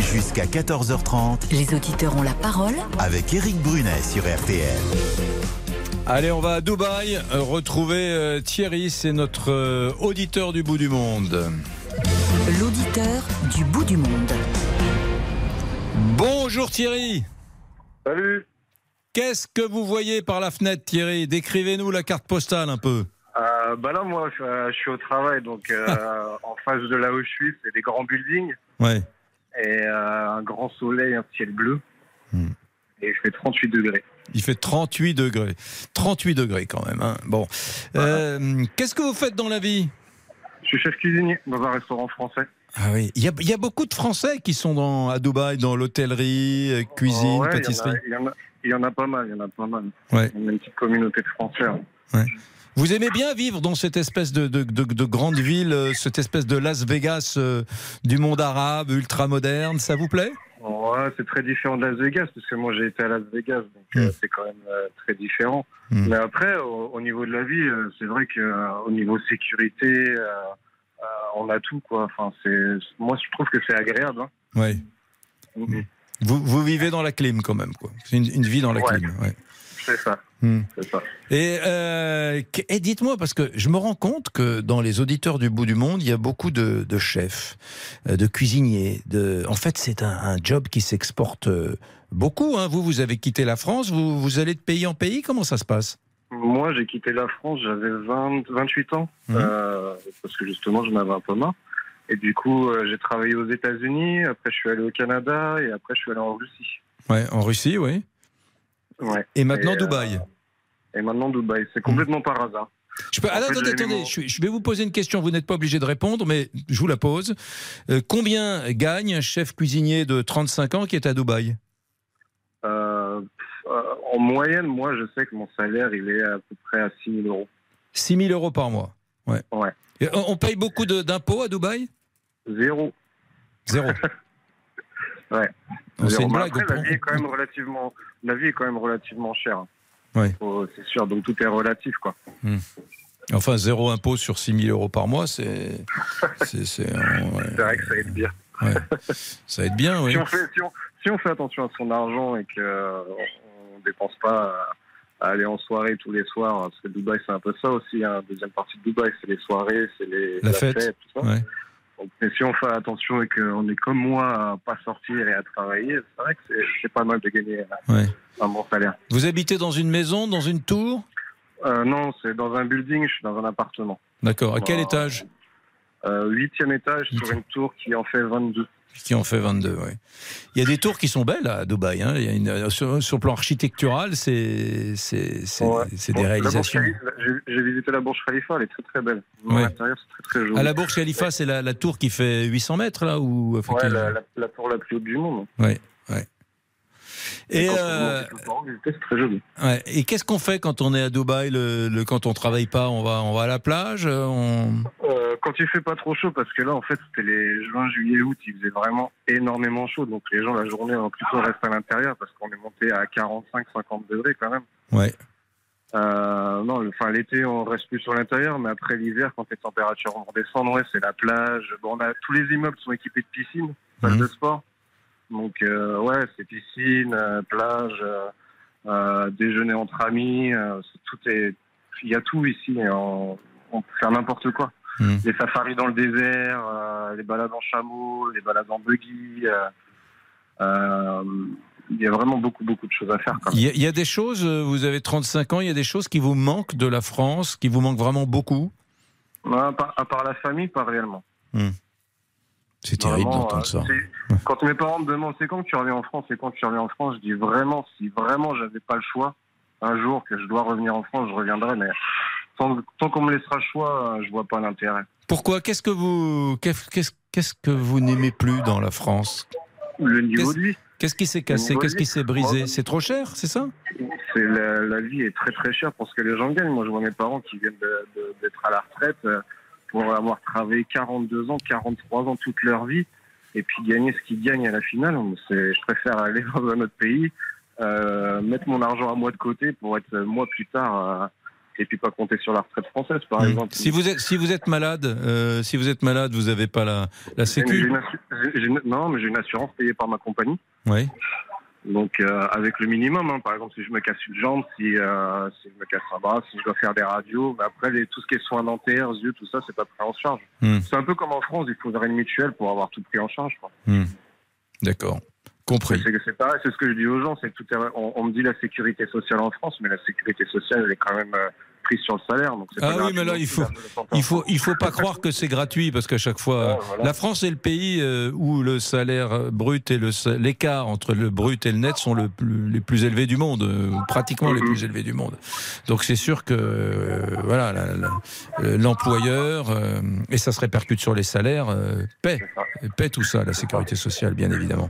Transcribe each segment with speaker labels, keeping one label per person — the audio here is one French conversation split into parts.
Speaker 1: Jusqu'à 14h30
Speaker 2: Les auditeurs ont la parole.
Speaker 1: avec Eric Brunet sur RTL.
Speaker 3: Allez, on va à Dubaï euh, retrouver euh, Thierry, c'est notre euh, auditeur du bout du monde.
Speaker 2: L'auditeur du bout du monde.
Speaker 3: Bonjour Thierry,
Speaker 4: Salut.
Speaker 3: qu'est-ce que vous voyez par la fenêtre Thierry Décrivez-nous la carte postale un peu.
Speaker 4: Euh, bah là, moi, je, euh, je suis au travail, donc euh, en face de là où je suis, c'est des grands buildings
Speaker 3: Ouais.
Speaker 4: et euh, un grand soleil, un ciel bleu.
Speaker 3: Hmm.
Speaker 4: Et je fais 38 degrés.
Speaker 3: Il fait 38 degrés. 38 degrés quand même. hein. Bon. Euh, Qu'est-ce que vous faites dans la vie
Speaker 4: Je suis chef cuisinier dans un restaurant français.
Speaker 3: Ah oui. Il y a, il y a beaucoup de Français qui sont dans, à Dubaï, dans l'hôtellerie, euh, cuisine,
Speaker 4: Oh, Ouais, il y en a-
Speaker 3: pâtisserie.
Speaker 4: Il y, en a- il y en a pas mal, il y en a pas mal.
Speaker 3: Ouais.
Speaker 4: On a une petite communauté de Français. hein.
Speaker 3: Vous aimez bien vivre dans cette espèce de, de- de- de grande ville, euh, cette espèce de Las Vegas euh, du monde arabe, ultra moderne, ça vous plaît
Speaker 4: Ouais, c'est très différent de Las Vegas, parce que moi j'ai été à Las Vegas, donc
Speaker 3: Mm.
Speaker 4: euh, c'est quand même euh, très différent.
Speaker 3: Mm.
Speaker 4: Mais après, au, au niveau de la vie, euh, c'est vrai que euh, au niveau sécurité, euh, euh, on a tout quoi. Enfin, c'est moi je trouve que c'est agréable. hein.
Speaker 3: Oui.
Speaker 4: Mm.
Speaker 3: Vous, vous vivez dans la clim quand même, quoi. C'est une, une vie dans la
Speaker 4: Ouais.
Speaker 3: clim. ouais.
Speaker 4: C'est ça,
Speaker 3: Hmm.
Speaker 4: c'est ça.
Speaker 3: Et, euh, qu- et dites-moi, parce que je me rends compte que dans les auditeurs du bout du monde, il y a beaucoup de, de chefs, euh, de cuisiniers. De... En fait, c'est un, un job qui s'exporte euh, beaucoup. hein. Vous, vous avez quitté la France, vous, vous allez de pays en pays. Comment ça se passe
Speaker 4: Moi, j'ai quitté la France, j'avais 20 28 ans,
Speaker 3: Mhm.
Speaker 4: euh, parce que justement, j'en avais un peu marre. Et du coup, euh, j'ai travaillé aux États-Unis, après je suis allé au Canada et après je suis allé en Russie.
Speaker 3: ouais, En Russie, oui.
Speaker 4: Ouais.
Speaker 3: Et maintenant,
Speaker 4: Et, euh,
Speaker 3: Dubaï.
Speaker 4: Et maintenant Dubaï, c'est complètement par hasard.
Speaker 3: Je peux...
Speaker 4: En
Speaker 3: ah,
Speaker 4: fait,
Speaker 3: attendez,
Speaker 4: j'avais
Speaker 3: attendez,
Speaker 4: mon-
Speaker 3: je, suis- je vais vous poser une question, vous n'êtes pas obligé de répondre, mais je vous la pose. Euh, combien gagne un chef cuisinier de 35 ans qui est à Dubaï
Speaker 4: Euh, pff, euh, en moyenne, moi, je sais que mon salaire, il est à peu près à 6 000 euros.
Speaker 3: 6 000 euros par mois. Ouais.
Speaker 4: Ouais.
Speaker 3: Et on, on paye beaucoup de- d'impôts à Dubaï
Speaker 4: Zéro.
Speaker 3: Zéro.
Speaker 4: Ouais.
Speaker 3: Non, Ah, C'est
Speaker 4: Zéro.
Speaker 3: une
Speaker 4: Mais
Speaker 3: blague.
Speaker 4: après, la
Speaker 3: on-
Speaker 4: vie, est quand même relativement, la vie est quand même relativement chère.
Speaker 3: Ouais.
Speaker 4: Faut- C'est sûr, donc tout est relatif, quoi.
Speaker 3: Enfin, zéro impôt sur 6 000 euros par mois, c'est. c'est- c'est- euh, ouais.
Speaker 4: C'est vrai que ça aide bien.
Speaker 3: Ça va être bien, oui.
Speaker 4: Si, on fait, si, on, si on fait attention à son argent et qu'on ne dépense pas à, à aller en soirée tous les soirs, hein, parce que Dubaï, c'est un peu ça aussi, hein, deuxième partie de Dubaï, c'est les soirées, c'est les,
Speaker 3: La fête.
Speaker 4: tout ça.
Speaker 3: Ouais.
Speaker 4: Donc, Mais si on fait attention et qu'on est comme moi à pas sortir et à travailler, c'est vrai que c'est- c'est pas mal de gagner
Speaker 3: Ouais.
Speaker 4: un bon salaire.
Speaker 3: Vous habitez dans une maison, dans une tour
Speaker 4: Euh, non, c'est dans un building, je suis dans un appartement.
Speaker 3: D'accord. À quel
Speaker 4: Bah,
Speaker 3: étage
Speaker 4: Euh, Huitième étage sur une tour qui en fait 22.
Speaker 3: Qui en fait 22, oui. Il y a des tours qui sont belles à Dubaï. hein. Il y a une- sur, sur le plan architectural, c'est c'est- c'est-
Speaker 4: Ouais.
Speaker 3: c'est
Speaker 4: Bon,
Speaker 3: des
Speaker 4: la
Speaker 3: réalisations.
Speaker 4: Burj Khalifa, J'ai j'ai visité la Burj Khalifa, elle est très très belle.
Speaker 3: Ouais.
Speaker 4: À l'intérieur, c'est très très joli.
Speaker 3: À Ah, la Burj Khalifa, c'est la, la tour qui fait 800 mètres, là où,
Speaker 4: Ouais, la, la- la tour la plus haute du monde.
Speaker 3: Et,
Speaker 4: quand on
Speaker 3: euh,
Speaker 4: monte tout le temps, visiter, c'est très joli.
Speaker 3: ouais. Et qu'est-ce qu'on fait quand on est à Dubaï le, le- Quand on travaille pas, on va, on va à la plage euh, on...
Speaker 4: Euh, quand il fait pas trop chaud, parce que là, en fait, c'était les juin, juillet, août, il faisait vraiment énormément chaud. Donc les gens, la journée, ont plutôt resté à l'intérieur parce qu'on est monté à 45, 50 degrés quand même.
Speaker 3: Ouais.
Speaker 4: Euh, non, le- enfin, l'été, on reste plus sur l'intérieur, mais après l'hiver, quand les températures vont redescendre, ouais, c'est la plage. Bon, on a, tous les immeubles sont équipés de piscines, salles
Speaker 3: Mhm.
Speaker 4: de sport. Donc, euh, ouais, c'est piscine, euh, plage, euh, euh, déjeuner entre amis, euh, c'est- tout est, il y a tout ici. et on, on peut faire n'importe quoi.
Speaker 3: Mhm.
Speaker 4: Les safaris dans le désert, euh, les balades en chameau, les balades en buggy. euh, euh, il y a vraiment beaucoup, beaucoup de choses à faire. quoi.
Speaker 3: Il y, a- il y a des choses, euh, vous avez 35 ans, il y a des choses qui vous manquent de la France, qui vous manquent vraiment beaucoup.
Speaker 4: Non, à, part, à part la famille, pas réellement.
Speaker 3: C'est terrible
Speaker 4: Vraiment,
Speaker 3: d'entendre
Speaker 4: euh,
Speaker 3: ça.
Speaker 4: c'est- Quand mes parents me demandent c'est quand que tu reviens en France, c'est quand que tu reviens en France, je dis vraiment, si vraiment j'avais pas le choix, un jour que je dois revenir en France, je reviendrai, mais tant, tant qu'on me laissera le choix, euh, je vois pas l'intérêt.
Speaker 3: Pourquoi Qu'est-ce que vous, qu'est-ce qu'est-ce- qu'est-ce que vous n'aimez plus dans la France
Speaker 4: Le niveau
Speaker 3: Qu'est-ce-
Speaker 4: de vie,
Speaker 3: Qu'est-ce qui s'est cassé
Speaker 4: Vous Oh.
Speaker 3: Qu'est-ce qui s'est brisé C'est trop cher, c'est ça
Speaker 4: c'est la, la vie est très très chère pour ce que les gens gagnent. Moi, je vois mes parents qui viennent de- de- d'être à la retraite euh, pour avoir travaillé 42 ans, 43 ans toute leur vie, et puis gagner ce qu'ils gagnent à la finale. Mais c'est- Je préfère aller dans un autre pays, euh, mettre mon argent à moi de côté pour être euh, moi plus tard euh, et puis pas compter sur la retraite française, par exemple.
Speaker 3: Mm. Si vous êtes, si vous êtes malade, euh, si vous êtes malade, vous n'avez pas la, la
Speaker 4: J'ai une- j'ai
Speaker 3: sécu.
Speaker 4: une assu- j'ai- j'ai une- non, mais j'ai une assurance payée par ma compagnie.
Speaker 3: Oui.
Speaker 4: Donc euh, avec le minimum, hein. par exemple si je me casse une jambe, si, euh, si je me casse un bras, si je dois faire des radios, mais après les, tout ce qui est soins dentaires, yeux, tout ça, c'est pas pris en charge.
Speaker 3: Hmm.
Speaker 4: C'est un peu comme en France, il faudrait une mutuelle pour avoir tout pris en charge. quoi.
Speaker 3: Hmm. D'accord. Compris.
Speaker 4: C'est que c'est pareil, c'est ce que je dis aux gens, c'est tout. est- On, on me dit la sécurité sociale en France, mais la sécurité sociale elle est quand même euh, prise sur le salaire. Donc c'est
Speaker 3: Ah
Speaker 4: pas
Speaker 3: oui,
Speaker 4: gratuit,
Speaker 3: mais là,
Speaker 4: donc
Speaker 3: il faut-
Speaker 4: c'est un peu le porteur.
Speaker 3: Il faut, il faut pas croire que c'est gratuit parce qu'à chaque fois, euh,
Speaker 4: Ouais, voilà.
Speaker 3: la France est le pays euh, où le salaire brut et le sa- l'écart entre le brut et le net sont le plus- les plus élevés du monde, euh, pratiquement les
Speaker 4: Mhm.
Speaker 3: plus élevés du monde. Donc c'est sûr que euh, voilà, la- la- euh, l'employeur euh, et ça se répercute sur les salaires euh, paie,
Speaker 4: ça.
Speaker 3: paie tout ça, la sécurité sociale, bien évidemment.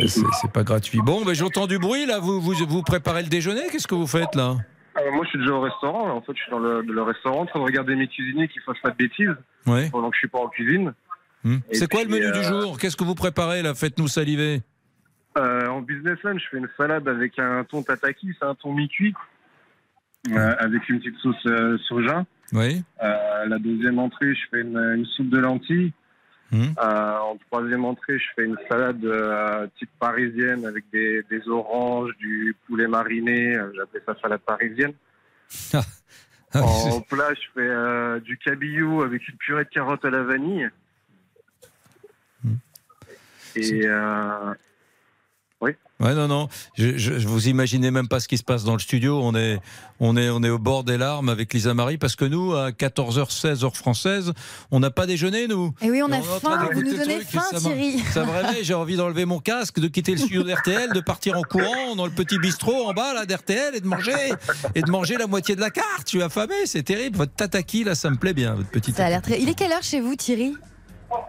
Speaker 3: Euh, C'est c'est pas gratuit. Bon, mais j'entends du bruit là. Vous vous, vous préparez le déjeuner Qu'est-ce que vous faites là
Speaker 4: Euh, moi je suis déjà au restaurant, là. en fait je suis dans le, le restaurant en train de regarder mes cuisiniers qui fassent pas de bêtises
Speaker 3: Ouais.
Speaker 4: pendant que je suis pas en cuisine.
Speaker 3: Hmm.
Speaker 4: Et
Speaker 3: C'est quoi le
Speaker 4: puis,
Speaker 3: menu du
Speaker 4: euh,
Speaker 3: jour Qu'est-ce que vous préparez là Faites-nous saliver.
Speaker 4: Euh, en business lunch, je fais une salade avec un thon tataki, c'est un thon mi-cuit, euh, avec une petite sauce euh, soja.
Speaker 3: Oui.
Speaker 4: Euh, la deuxième entrée, je fais une, une soupe de lentilles.
Speaker 3: Mhm.
Speaker 4: Euh, en troisième entrée, je fais une salade euh, type parisienne avec des, des oranges, du poulet mariné. euh, J'appelais ça salade parisienne. Oh.
Speaker 3: Ah,
Speaker 4: En plat, je fais euh, du cabillaud avec une purée de carottes à la vanille.
Speaker 3: Mhm.
Speaker 4: Et euh,
Speaker 3: Ouais, non, non. Je, je, je vous imaginez même pas ce qui se passe dans le studio. On est, on est, on est au bord des larmes avec Lisa Marie parce que nous, à 14h16 heure française, on n'a pas déjeuné, nous.
Speaker 5: Et Eh oui, on
Speaker 3: Et
Speaker 5: a
Speaker 3: est en train
Speaker 5: faim, vous
Speaker 3: d'écouter
Speaker 5: nous
Speaker 3: le
Speaker 5: donnez
Speaker 3: truc et
Speaker 5: faim,
Speaker 3: ça me-
Speaker 5: Thierry.
Speaker 3: Ça me réveille, j'ai envie d'enlever mon casque, de quitter le studio d'RTL, de partir en courant dans le petit bistrot en bas là d'RTL et de manger et de manger la moitié de la carte. Je suis affamé, c'est terrible. Votre tataki là, ça me plaît bien, votre petite.
Speaker 5: Ça a l'air très. Il est quelle heure chez vous, Thierry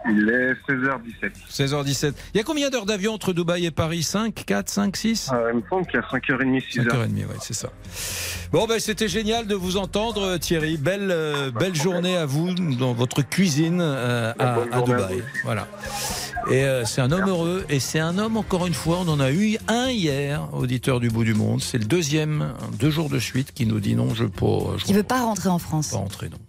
Speaker 4: il est 16h17.
Speaker 3: 16h17. Il y a combien d'heures d'avion entre Dubaï et Paris 5, 4, 5, 6
Speaker 4: Euh, il me semble qu'il y a 5h30, 6h.
Speaker 3: 5h30, ouais, c'est ça. Bon, ben, c'était génial de vous entendre, euh, Thierry. Belle, euh, belle journée à vous dans votre cuisine euh, à,
Speaker 4: Bonne
Speaker 3: à
Speaker 4: journée à
Speaker 3: Dubaï.
Speaker 4: vous.
Speaker 3: Voilà. Et euh, c'est un homme heureux, et c'est un homme, encore une fois, on en a eu un hier, auditeur du bout du monde. C'est le deuxième, hein, deux jours de suite, qui nous dit non, je ne
Speaker 5: Qui veut pas rentrer en France.
Speaker 3: pas entrer, non.